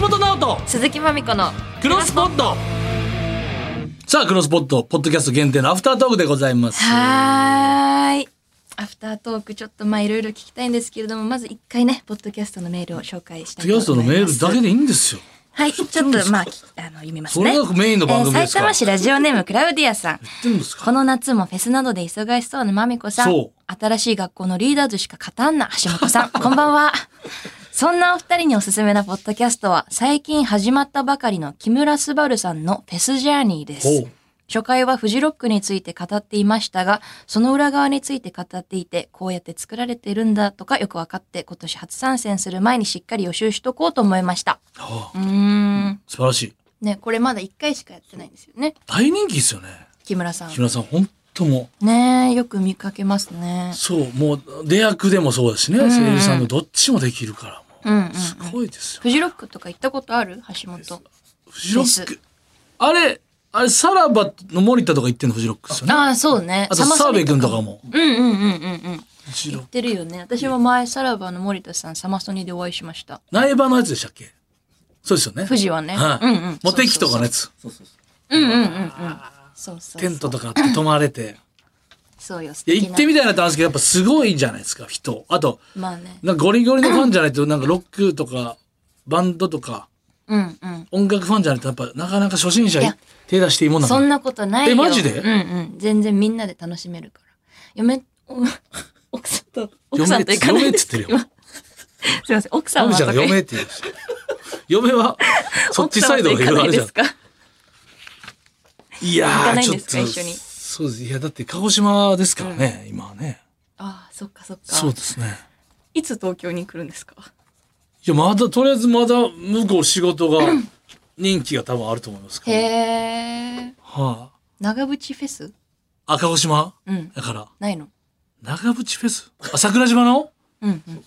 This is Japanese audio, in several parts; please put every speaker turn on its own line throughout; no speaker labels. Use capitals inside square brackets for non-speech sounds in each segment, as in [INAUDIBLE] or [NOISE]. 橋本直人
鈴木まみこの
クロスポットさあクロスポットポッドキャスト限定のアフタートークでございます
はーいアフタートークちょっとまあいろいろ聞きたいんですけれどもまず一回ねポッドキャストのメールを紹介した
ポ
い
ッドキャ
と
スト
思
の
います
メールだけでいいんですよ
はいちょっとまあきあの読みます
そ
ね
れがメインの番組
えー
です
埼
から、
玉市ラジオネームクラウディアさん
言ってるんですか
この夏もフェスなどで忙しそうなまみこさん
そ。
新しい学校のリーダーとしか勝たんな橋本
[LAUGHS]
さん。こんばんは。そんなお二人におすすめなポッドキャストは、最近始まったばかりの木村昴さんのフェスジャーニーで
ほ
す
う。
初回はフジロックについて語っていましたが、その裏側について語っていて、こうやって作られているんだとかよく分かって、今年初参戦する前にしっかり予習しとこうと思いました。
は
うーん。
あ素晴らしい
ね、これまだ一回しかやってないんですよね。
大人気ですよね
木村さん
木。村さん本当も
ねえ、よく見かけますね
う。そうもう出役でもそうだしね、
うん
声優さんのどっちもできるからも
うんうんうん
うすごいですよ、
フジロックとか行ったことある橋本。
フジロッ
で
クあれあれさらばの森田とか言ってんのフジロックですよね
ああ、そうね。
あと
サマソ
澤
ニ
部君とかも
うんうんうんうんうん。
フジロッ
行っ
ク
てるよね。私も前、さらばの森田さん、サマソニでお会いしました。
苗場のやつでしたっけそうですよね
富士はね。
はい、
うんうん。
モテキとかのやつ
そうそうそう。うんうんうんうん。そうそう。
テントとかあって泊まれ
[LAUGHS]
て
そうよ、素
いや
敵な
行ってみたいなって話ですけどやっぱすごいじゃないですか人あと
まあね。
なんかゴリゴリのファンじゃない
[LAUGHS]
となんかロックとかバンドとか
うんうん。
音楽ファンじゃないとやっぱなかなか初心者
いや
手出していいもんなの
そんなことないよ。
えマジで
うんうん。全然みんなで楽しめるから。嫁、お [LAUGHS] 奥さんと、奥さんと行かないです。
嫁っつ嫁っつってるよ
今 [LAUGHS] すいません、奥さん
マ
は
ミちゃんが嫁
とか
って言うんですよ [LAUGHS] 嫁はそっちサイドが
奥
い
さん
ろいろある
は行かない
じゃ
で
ん
すか
いや
行か
ー
ない
ち
ん
ょっ
ですか
と
一緒に
そうですいやだって鹿児島ですからね、今はね
ああ、そっかそっか。
そうですね
いつ東京に来るんですか
いやまだとりあえずまだ向こう仕事が人気が多分あると思いますけ
へ
ど、
え。
は
長渕フェス
あ、あ鹿児島
うん。
だから
ないの
長渕フェスあ桜島の
うんうん。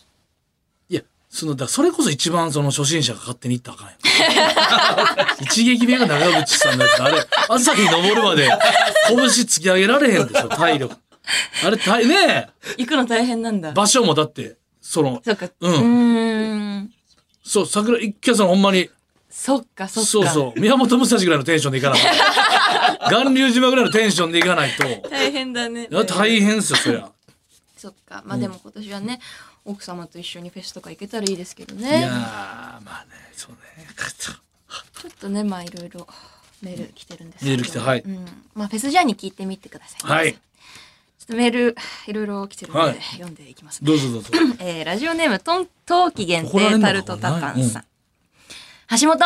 いやそのだからそれこそ一番その初心者が勝手に行ったらあかんやん [LAUGHS] 一撃目が長渕さんのやつあれ朝日登るまで拳突き上げられへんでしょ体力あれ体ねえ
行くの大変なんだ。
場所もだってその
そっか。
うん
うーん。
そう桜一回そのほんまに
そっかそっか。
そうそう宮本武蔵ぐらいのテンションで行かないと
[LAUGHS]
巌流島ぐらいのテンションで行かないと
大変だね。
いや大変っすよそりゃ。
そっか。まあでも今年はね、奥様と一緒にフェスとか行けたらいいですけど
いやー
ね。
まあねそうね勝った
ちょっとね、まあいろいろメール来てるんですけど
メール来てはい
うん。まあフェスジャーに聞いてみてください。
はい
ちょっとメールいろいろ来てるの
は
で
い
読んでいきますね
どうぞどうぞ
えーラジオネームとん冬季限
怒られんの
定
か
タルトタカンさん。橋本、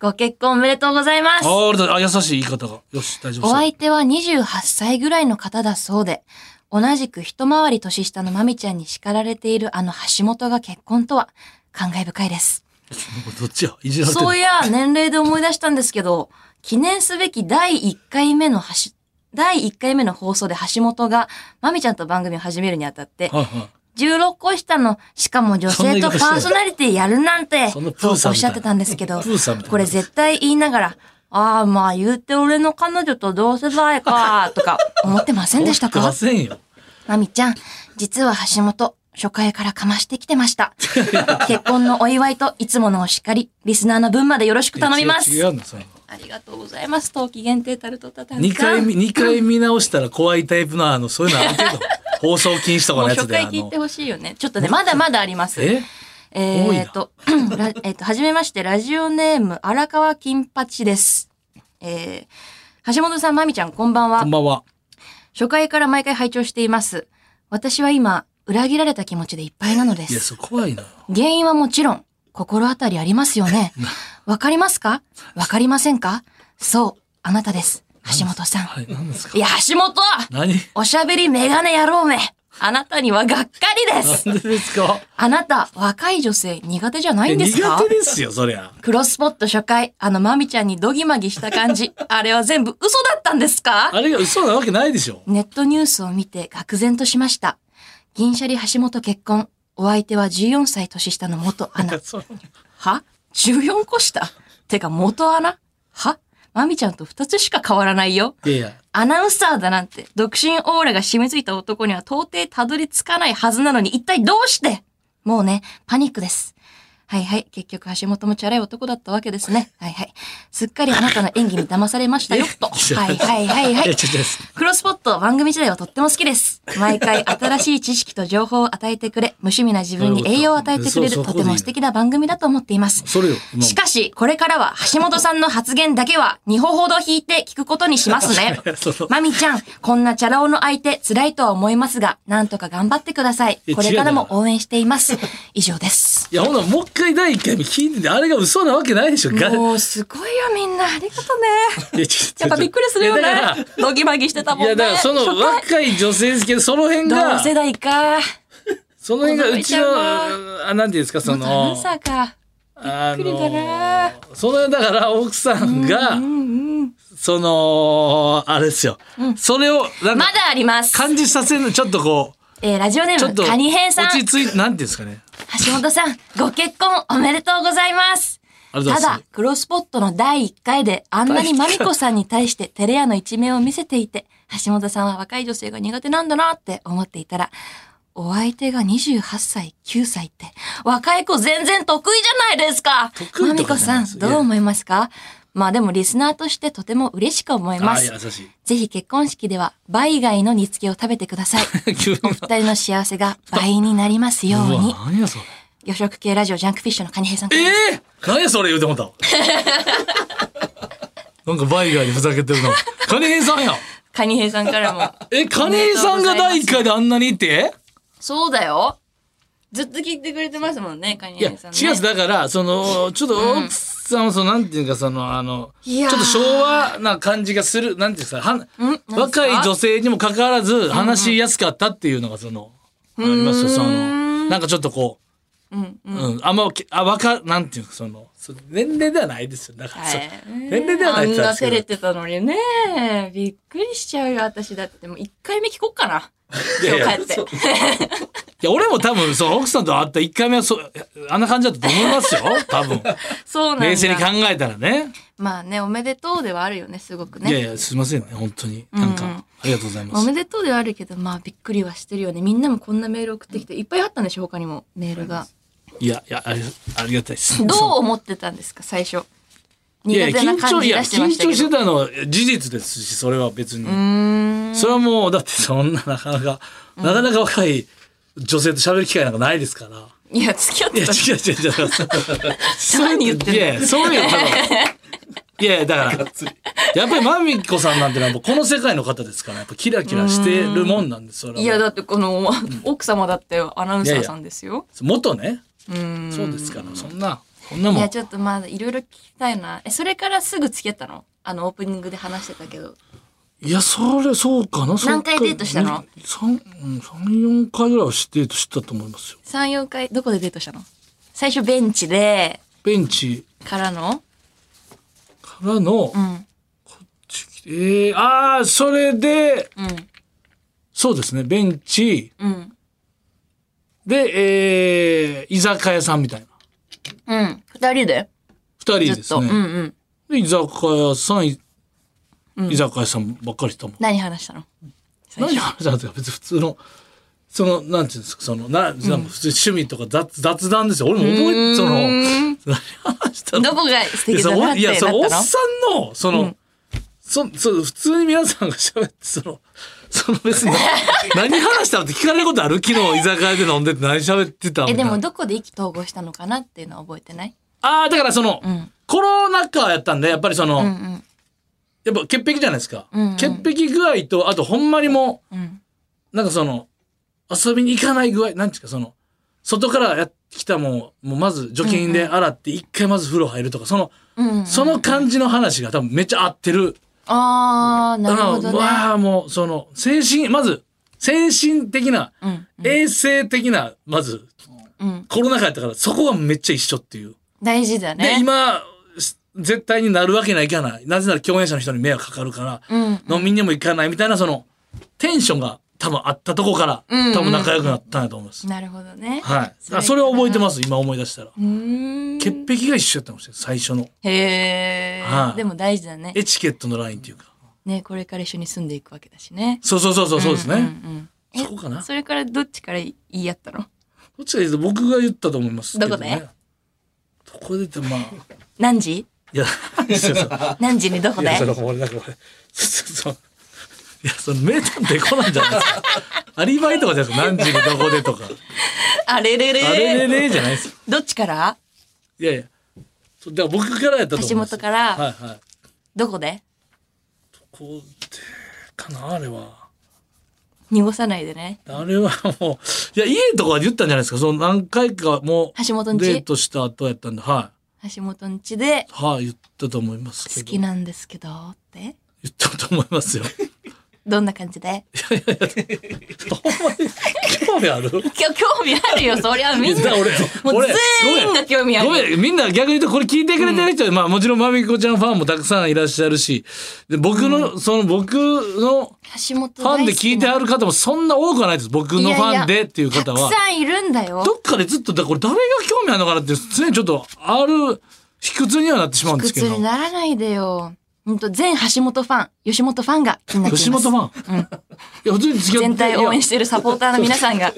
ご結婚おめでとうございます。
ああれだあ優しい言い方がよし大丈夫
お
そう
相手は28歳ぐらいの方だそうで、同じく一回り年下のまみちゃんに叱られているあの橋本が結婚とは感慨深いです。
どっちやいじられてる
そういや、年齢で思い出したんですけど、記念すべき第1回目の橋、第1回目の放送で橋本が、まみちゃんと番組を始めるにあたって、
はいはい
16個下の、しかも女性とパーソナリティやるなんて、
そんな
と
プ
お
ー
っ
さんみたいな
しゃってたんですけど
プ、ーさんみたいな
これ絶対言いながら、ああ、まあ言うて俺の彼女とどうせば
[LAUGHS]
いか、とか思ってませんでした
思
か
ってませんよ
まみちゃん、実は橋本、初回からかましてきてま
[LAUGHS]
した。結婚のお祝いといつものお叱り、リスナーの分までよろしく頼み
い
ま
や
す。
違うのその
ありがとうございます。冬季限定タルトタタンさん。
二回見二回見直したら怖いタイプのあのそういうのあるけど放送禁止とか
もう
のやつ
初
で
回
あ
聞い
の
てほしいよね。ちょっとね、まだまだあります。
え
えっと、 [CLEARS THROAT] ラえっと、はじめまして、ラジオネーム、荒川金八です。えー、橋本さん、まみちゃん、こんばん
こ
は
ん。ばんは
初回から毎回拝聴しています。私は今、裏切られた気持ちでいっぱいなので
いや
す。
そう怖いのよ
原因はもちろん、心当たりありますよね。わかりますかわかりませんかそう、あなたです。橋本さ
はい
ん。
何ですか
いや、橋本
何
おしゃべりメガネ野郎めあなたにはがっかりです
なんでですか
あなた、若い女性苦手じゃないい
や
んですか
苦手ですよそりゃ
クロスポット初回、あの、まみちゃんにドギマギした感じ、あれは全部嘘だったんですか
あれが嘘なわけないでしょ
ネットニュースを見て愕然としました。銀シャリ橋本結婚。お相手は14歳年下の元アナ。
そう
は ?14 個下てか元アナはまみちゃんと2つしか変わらないよ。
いやいや
アナウンサーだなんて、独身オーラが染みついた男には到底たどり着かないはずなのに、一体どうしてもうね、パニックです。はいはい。結局、橋本もチャラい男だったわけです
[LAUGHS]
ね。はいはい。すっかりあなたの演技に騙されましたよ、と。はいはいはいはい
え、。ちょっとです。
クロスポット番組時代はとっても好きです。毎回新しい知識と情報を与えてくれ、無趣味な自分に栄養を与えてくれる
そうそう
とても素敵な番組だと思っています。
それよ。もう。
しかし、これからは橋本さんの発言だけは2歩ほど引いて聞くことにしますね
[LAUGHS] その
まみちゃん、こんなチャラ男の相手辛いとは思いますが、なんとか頑張ってください
え。
これからも応援しています。以上です。
いや、ほな、もう一回第一回目聞いてて、あれが嘘なわけないでしょ。 [LAUGHS] がい
もうすごいよみんな。ありがとう
[LAUGHS]
ね。
や、ちょ
やっぱびっくりするよ
いやだ
ね。ドギマギしてた
から、い
もんね。
やだからその
初回
若い女性ですけど、その辺
同
が、
世代か。
その辺がうち
驚い
の、
た
あ、なんていうんですか、その
ま、さか。
あ
びっくりだな
の、その、だから奥さんが、
うんうん。
その、あれですよ。それを、なん
ま
か、
だあります。
感じさせるの、ちょっとこう、
えーラジオネ
ちょ
ー
っ
ム、
と、
カニヘンさん。
落ち着いて、なんていうんですかね。
橋本さん、ご結婚おめでとうございます。
ありがとうご
た
ざいます
だ、クロスポットの第1回であんなにマミコさんに対して照れ屋の一面を見せていて、橋本さんは若い女性が苦手なんだなって思っていたら、お相手が28歳、9歳って、若い子全然得意じゃないですか
得
マ
意と
ミ
か
コ
じゃないで
さん
す、
どう思いますかまあでもリスナーとしてとても嬉しく思いま
あ
す
ー、。優しい。
ぜひ結婚式では倍以外の煮付けを食べてください。
[LAUGHS] 急に。
お二人の幸せが倍になりますよう
う
に
わ、。何やそれ。
魚食系ラジオジャンクフィッシュのカニヘイさんから
ええ何やそれ言うてもうた
[LAUGHS]
わなんかバイガーにふざけてるなカニヘイさんや
カニヘイさんからも。
えカニヘイさんが第一回であんなにって
[LAUGHS] そうだよ。ずっと聞いてくれてますもんね、カニ
いや
ヘイさん、ね。
違うんですだからそのちょっと奥さんはそのなんていうかそのあの
い
ちょ
や
っ
ー
と昭和な感じがするなんていうんですかはん若い女性にもかかわらず話しやすかったっていうのがその、ありますよそのなんかちょっとこう
うんうん。
うん、あんまけあ若なんていうかそのそ年齢ではないですよだから、そう年齢ではない
あ
って言った
ん
んで
な
すけ
照
ど
れてたのにね。びっくりしちゃうよ、私だって。もう一回目聞こっかな。今日帰って。
そう [LAUGHS] いや、俺も多分、その奥さんと会った1回目はそう、あんな感じだったと思いますよ。多分。
そうなんだ。
冷静に考えたらね。
まあね、おめでとうではあるよね、すごくね。
いやいや、すいませんね、本当に。なんか、
うんうん
ありがとうございま
お
す。
めでとうではあるけど、まあびっくりはしてるよね。みんなもこんなメール送ってきて、いっぱいあったんでしょ、他にもメールが。
いや、いや、ありありがたいです。
どう
そ
思ってたんですか、最初。
ういやい
苦
や、
手な
緊
感
張、い
じ
や、
出してま
緊
した
張
け
して
ど。
たのは事実ですし、それは別に。
うーん
それはもう、だってそんななかなか、なかなか若い女性と喋る機会なんかないですから。
いや、付き合っ
いや、
てた。
違う違う違う。そう
何言ってんの
いやいや、そういうの、いやいや、だから、やっぱりまみこさんなんてのはもうこの世界の方ですから、やっぱキラキラしてるもんなんです、それはもう
いや、だってこの、奥様だってアナウンサーさんですよ。
元ね、
うーん。
そうですから、そんな、こんないも
や、
ん。
ちょっとまあ、いろいろ聞きたいな。え、それからすぐ付き合ったのあの、オープニングで話してたけど。
いや、それ、そうかな、
何回デートしたの
?3、うん三四回ぐらいはデートしたと思いますよ。
3、4回、どこでデートしたの最初ベンチで、
ベンチ
からの
からの
う、ん。
えー、あー、それで、
うん。
そうですね、ベンチ、
うん。
で、えー、居酒屋さんみたいな。
うん。二人で
二人
ず
で
っ
す
と。
ね。
うんうん。
で居酒屋さん、い居酒屋さんばっかりしたもん。
何話したの最
何
初。
話したんですか別に普通の、その、なんていうんですか、その、ななんか普通に趣味とか雑雑談ですよ。俺も覚えて、その、何話したの
どこが素
いや、
敵
そ
だな
の
っ
い
てな
や
っ
そ
た
のおっ
の
さんの、その、そそ普通に皆さんが喋ってそのその別に何話したのって聞かれることある昨日居酒屋で飲んでて何喋ってたみた
え、
い
で
な
もどこで意気投合したのかなっていうのは覚えてない
ああだからその、
ん
コロナ禍やったんでやっぱりその、
うんうん。
やっぱ潔癖じゃないですか、
うんうん
潔癖具合とあとほんまにも
うん。
うなんかその遊びに行かない具合なんていうかその外からやってきたもんもうまず除菌で洗って一回まず風呂入るとかその、
うんうん、
その感じの話が多分めっちゃ合ってる。
ああ、なるほどね。
ああもうその精神まず精神的な、
うん。
衛生的なまず
うん。
コロナ禍やったからそこがめっちゃ一緒っていう。
大事だ
で
ね。
今し絶対になるわけにはいかないなぜなら共演者の人に迷惑かかるから、
うん。
飲みにも行かないみたいなそのテンションが多分あったとこから、
うんうん
多分仲良くなったんだと思います。
なるほどね。
はい。
そ
そ
れ
それを覚えてます今思い出したら。
うーん。
潔癖が一緒やったかもしれない最初の
へ
は
え
い。
でも大事だね。
エチケットのラインっていうか。
ね、これから一緒に住んでいくわけだしね。
そうそうそうそうそうですね。
んんうん
そこかな
えそれからどっちから言い合ったの
どっちかというと僕が言ったと思いますけど、ね。
どこで
これでまあ
何時
いやそうそう
何時にどこ
い
で
やその俺なんか俺そうそういやその名探偵コナンじゃないですかアリバイとかじゃないですか何時にどこでとか
あれれれ
あれれれじゃないです
どっちから
いやいやそうだから僕からやったと思
橋
います
本から、
はいはい
どこで
こうでかなあれは
濁さないでね
あれはもういや家とか言ったんじゃないですかその何回かも
橋本
うんデー
ち
トした後やったんではい
橋本んちで
はい、言ったと思いますけ
好
ど。
きなんですけどって
言ったと思いますよ。い
どんな感じで
やほんまに興味ある
きょ興味あるよそりゃみん
いや
な
俺、
もう
俺、
全員が興味ある
ごめん、ごめん、みんな逆に言うとこれ聞いてくれてる人、まあもちろんまみこちゃんファンもたくさんいらっしゃるし、で僕の、その僕の
橋本
ファンで聞いてある方もそんな多くはないです。僕のファンでっていう
た
方
く
は。
さんいるんだよ
どっかでずっと、だからこれ誰が興味あるのかなって常にちょっとある、卑屈にはなってしまうんで
苦
すけ
痛
ど
に。ならないでよほんと全橋本ファン吉本ファンが気になっています
吉本ファン、いや、普通に付き合って
全体を応援しててるサポーターの皆さん
[LAUGHS]
が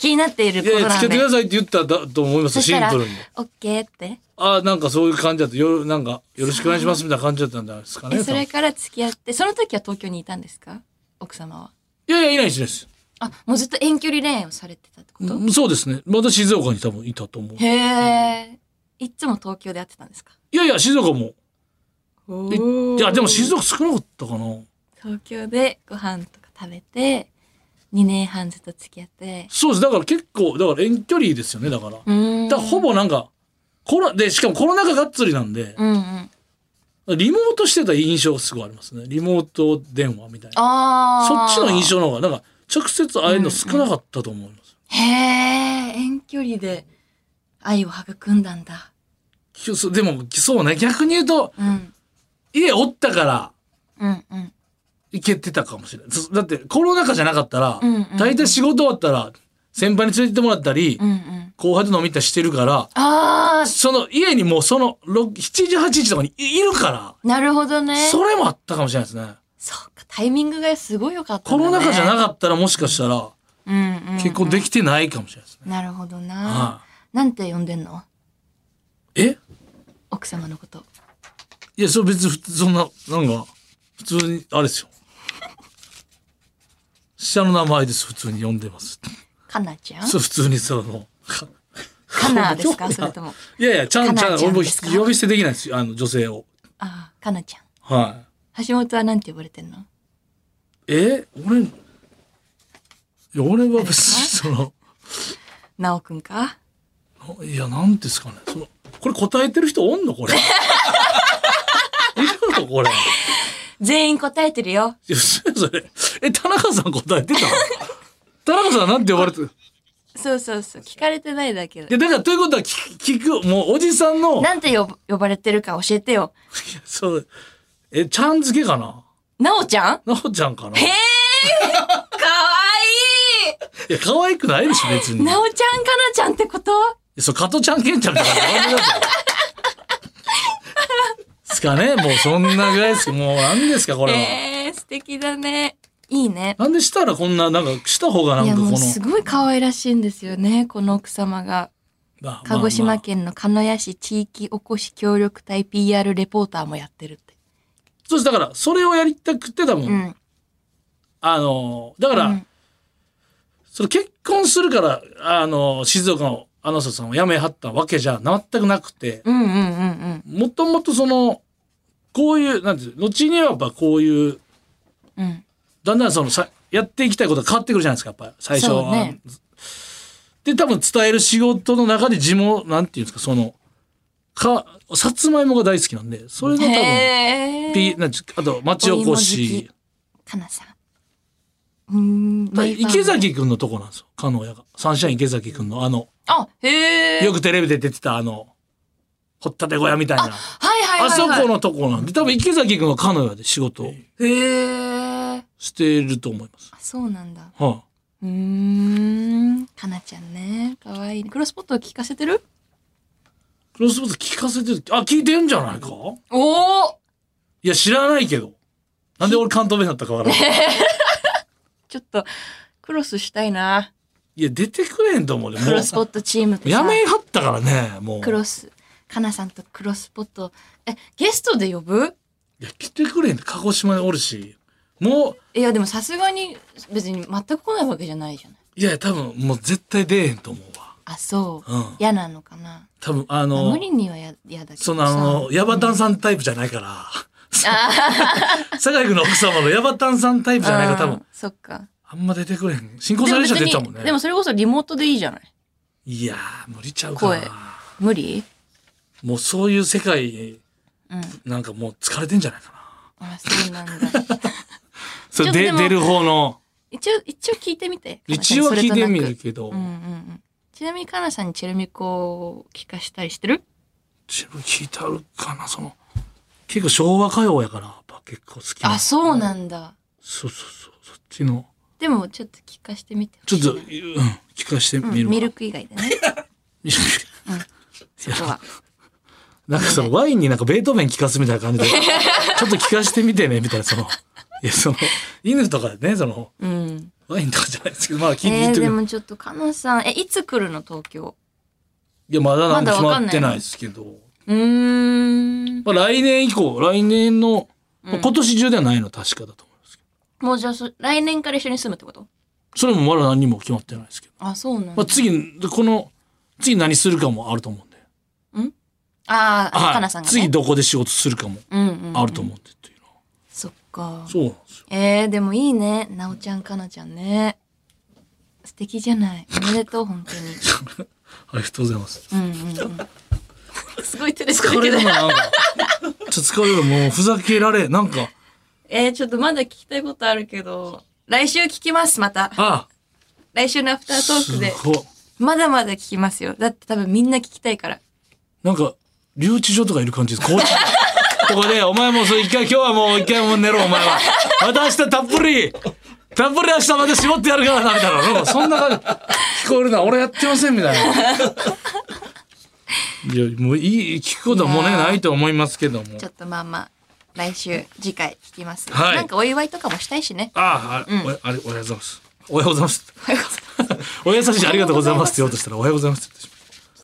気になってい
い
るこ
やいや、
とな
付
ん
き合ってくだ
で
さいって言っただと思います
そ
よ、
し
シ
た
ン
ら
プルに。
オッケーって
あなんかそういう感じだったよなんかよろしくお願いしますみたいな感じだったんじゃないですかね
えそれから付き合ってその時は東京にいたんですか奥様はい
やいやいないしです
あもうずっと遠距離恋愛をされてたってこと、
うんそうですねまた静岡に多分いたと思う
へえいっつも東京で会ってたんですか
いやいや静岡もえいやでも静
岡
岡少なかったかな
東京でご飯とか食べて2年半ずっと付き合って
そうですだから結構だから遠距離ですよねだからだか
うーん
らほぼなんかコロでしかもコロナ禍がっつりなんで
うんうん
リモートしてた印象すごいありますねリモート電話みたいな
あ
そ
あ
っちの印象の方がなんか直接会えるの少なかったと思います、
へえ遠距離で愛を育んだんだ
きゅそうでもそうね逆に言うと
うん
家おったから
うんうん
いけてたかもしれない。そだってコロナ禍じゃなかったら、
うんうん
大体仕事終わったら先輩に連れてってもらったり、
うんうん
後輩と飲み行ったりしてるから、
あ
その家にもうその6 7時8時とかにいいるか
あなるほど
ら、
ね
それもあったかもしれないですね。
そうかタイミングがすごい良かった
コロナ禍じゃな
く
かったらもしかしたら結婚できてないかもしれないですね。
なるほどな、
は
なんて呼んでんの
い、え
奥様のこと
いや、それ別に普通、そんな、なんか、普通に、あれですよ。下の名前です。普通に呼んでます。
かなちゃん
そう、普通にその、か
かなですか
興味
それとも
いやいや、ちゃんち
か
ゃ、
なんちゃ
俺
ん
も
ですか
呼び捨てできないですよ、あの、女性を。
ああかなちゃん
は
橋本はなんて呼ばれてんの
い。え俺、いや、俺は別に、その、
なおくんか
ないや、なんですかね。その、これ答えてる人おんのこ
[LAUGHS]
れ。いるのこれ。い
全員答えてるよ
や、それそれ。え、田中さん答えてた田中さんなんて呼ばれてる
そうそうそう聞かれてないだけ
い
で
や、だから、ということは聞く、聞く、もう、おじさんの、いや
なんて呼ば呼ばれてるか教えてよ
そう、え、ちゃん付けかな
なおちゃん
なおちゃんかな
へ
い
えー、かわい
や、可愛くないでしょ、別に。
いなおちゃんかなちゃんってこと
いやそう、加トちゃん、ケンちゃんみたいな感じだぞ。ですかねもうそんなぐらいですけど、もう何ですか、これは。
えー、素敵だねいいね
なんでしたらこんな、なんか、した方が
い
なん
や
かこ
も
の
う、すごい可愛らしいんですよねこの奥様が
まあまあ
鹿児島県の鹿屋市地域おこし協力隊 PR レポーターもやってるって。
そうです、だから、それをやりたくて多分、
うん。
あの、だから、
うん
その結婚するから、あの、静岡のアナウンサーさんを辞めはったわけじゃ全くなくて、
うんうんうん
もともとその、こういう、なんていう、後にはやっぱこういう、
うん。うん。
だんだんそのさやっていきたいことが変わってくるじゃないですかやっぱり最初
そ
は。
うね
で多分伝える仕事の中で地元なんていうんですかそのかさつまいもが大好きなんでそれが多分
へえ。
ピーなんちあと町おこし
かなさん。うーん。
だから
メイファー
池崎くんのとこなんですよ加納屋がサンシャイン池崎くんのあの
あ、へえ。
よくテレビで出てたあの掘ったて小屋みたいなあ,、
はいはいはい、はい。
そこ。のとこなんで多分池崎くんは加納屋で仕事を
へえ。
していると思います。
あ、そうなんだ。
はい、
うーん。かなちゃんね。かわいい。クロスポットを聞かせてる
クロスボス聞かせてるあ聞いてんじゃないか
おお
いや、知らないけど。なんで俺関東弁だったか
[LAUGHS]
笑う。
ちょっと、クロスしたいな。
いや、出てくれへんと思うで、
ク
も
ロスポットチームと
う。
さ
やめはったからね、もう。
クロス。かなさんとクロスポット。え、ゲストで呼ぶ
いや、来てくれへんって、鹿児島におるし、も
いや、でもさすがに別に全く来ないわけじゃないじゃない。
う、いやいや、多分、もう絶対出えへんと思うわ。
あ、そう。
うん。
嫌なのかな。
多分、あ
まあ
の
無、理にはや嫌だけどさ。
そのあの、ヤバタンさんタイプじゃない
[LAUGHS]
から、 [LAUGHS] 酒井君の奥様のヤバタンさんタイプじゃないから、多
う
分
ん、そっか。
あんま出てくれへん。進行される人出てたもんね
で。もそれこそリモートでいいじゃない
いやー、無理ちゃうか
声
な。
無理
もうそういう世界、
うん。
なんかもう疲れてんじゃないかな。
あ、そうなんだ。
それ
ちょっと
で
でも
出る方の、
一応、一応聞いてみて。
一応は聞いてみ
それ
る
と
けど
なく。う、んうんうん。ちなみにかなさんにチェルミコを聞かしたりしてる
自分聞いてあるかな、その、結構昭和歌謡やから、やっぱ結構好きな
あ、そうなんだ。
そうそうそう、そっちの、
でもちょっと聞かしてみて
ちょ
ほ
っ
しいな。
と、うん、聞かしてみ
う
る
ん、
わ。
ミルク以外でね。
[LAUGHS] ミルク
そこは。
なんかそのワインになんかベートーベン聞かすみたいな感じで、ちょっと聞かしてみてね、みたいな、その、いや、その、犬とかね、その、
うん。
ワインとかじゃないですけど、まあ聞
え
い
ー、
てる。
で
い
もちょっとかなさん、え、いつ来るの東京。
や、まだなんか
まだ
決
わかん
ま
ない
ってないですけど、
うーん。
まあ来年以降、来年の、まあ
うん
今年中ではないのは確かだと思いますけど、
もうじゃあそ、来年から一緒に住むってこと
それもまだ何も決まってないですけど、
あ、そうなん
ま
だ
あ。次、この、次何するかもあると思うんで、
あー、
はい
かなさんが、ね。
次どこで仕事するかも
うんうんうん
あると思うんで、っていうのは
そっか。
そうなんですよ。
えー、でもいいね。なおちゃん、かなちゃんね。素敵じゃない。おめでとう、本当に。
ありがとうございます。
うんうんうん。すごい照れて
疲
る
れ
けど
る。な、なんか。ちょっと疲れる、もうふざけられん、なんか。
えー、ちょっとまだ聞きたいことあるけど、来週聞きます、また。
あ
来週のアフタ
あ、
ートークで。
すごい
まだまだ聞きますよ。だって多分みんな聞きたいから。
なんか、留置所とかいる感じです。高知とかで、お前もうそれ一回、今日はもう一回もう寝ろ、お前は。また明日たっぷり、たっぷり明日まで絞ってやるからな、みたいな。なんかそんな感じ、聞こえるな、俺やってません、みたいな。いや、もういい、聞くことはもうね、
いやー
ないと思いますけども。
ちょっとまあまあ、来週、次回聞きます。
はい
なんかお祝いとかもしたいし
[LAUGHS]
ね。
ああ、あれ、
うん
おやあれ、おはようございます。おはようございます。お優しい、ありがとうございますって言おうとしたら、おはようございますって言ってしまう。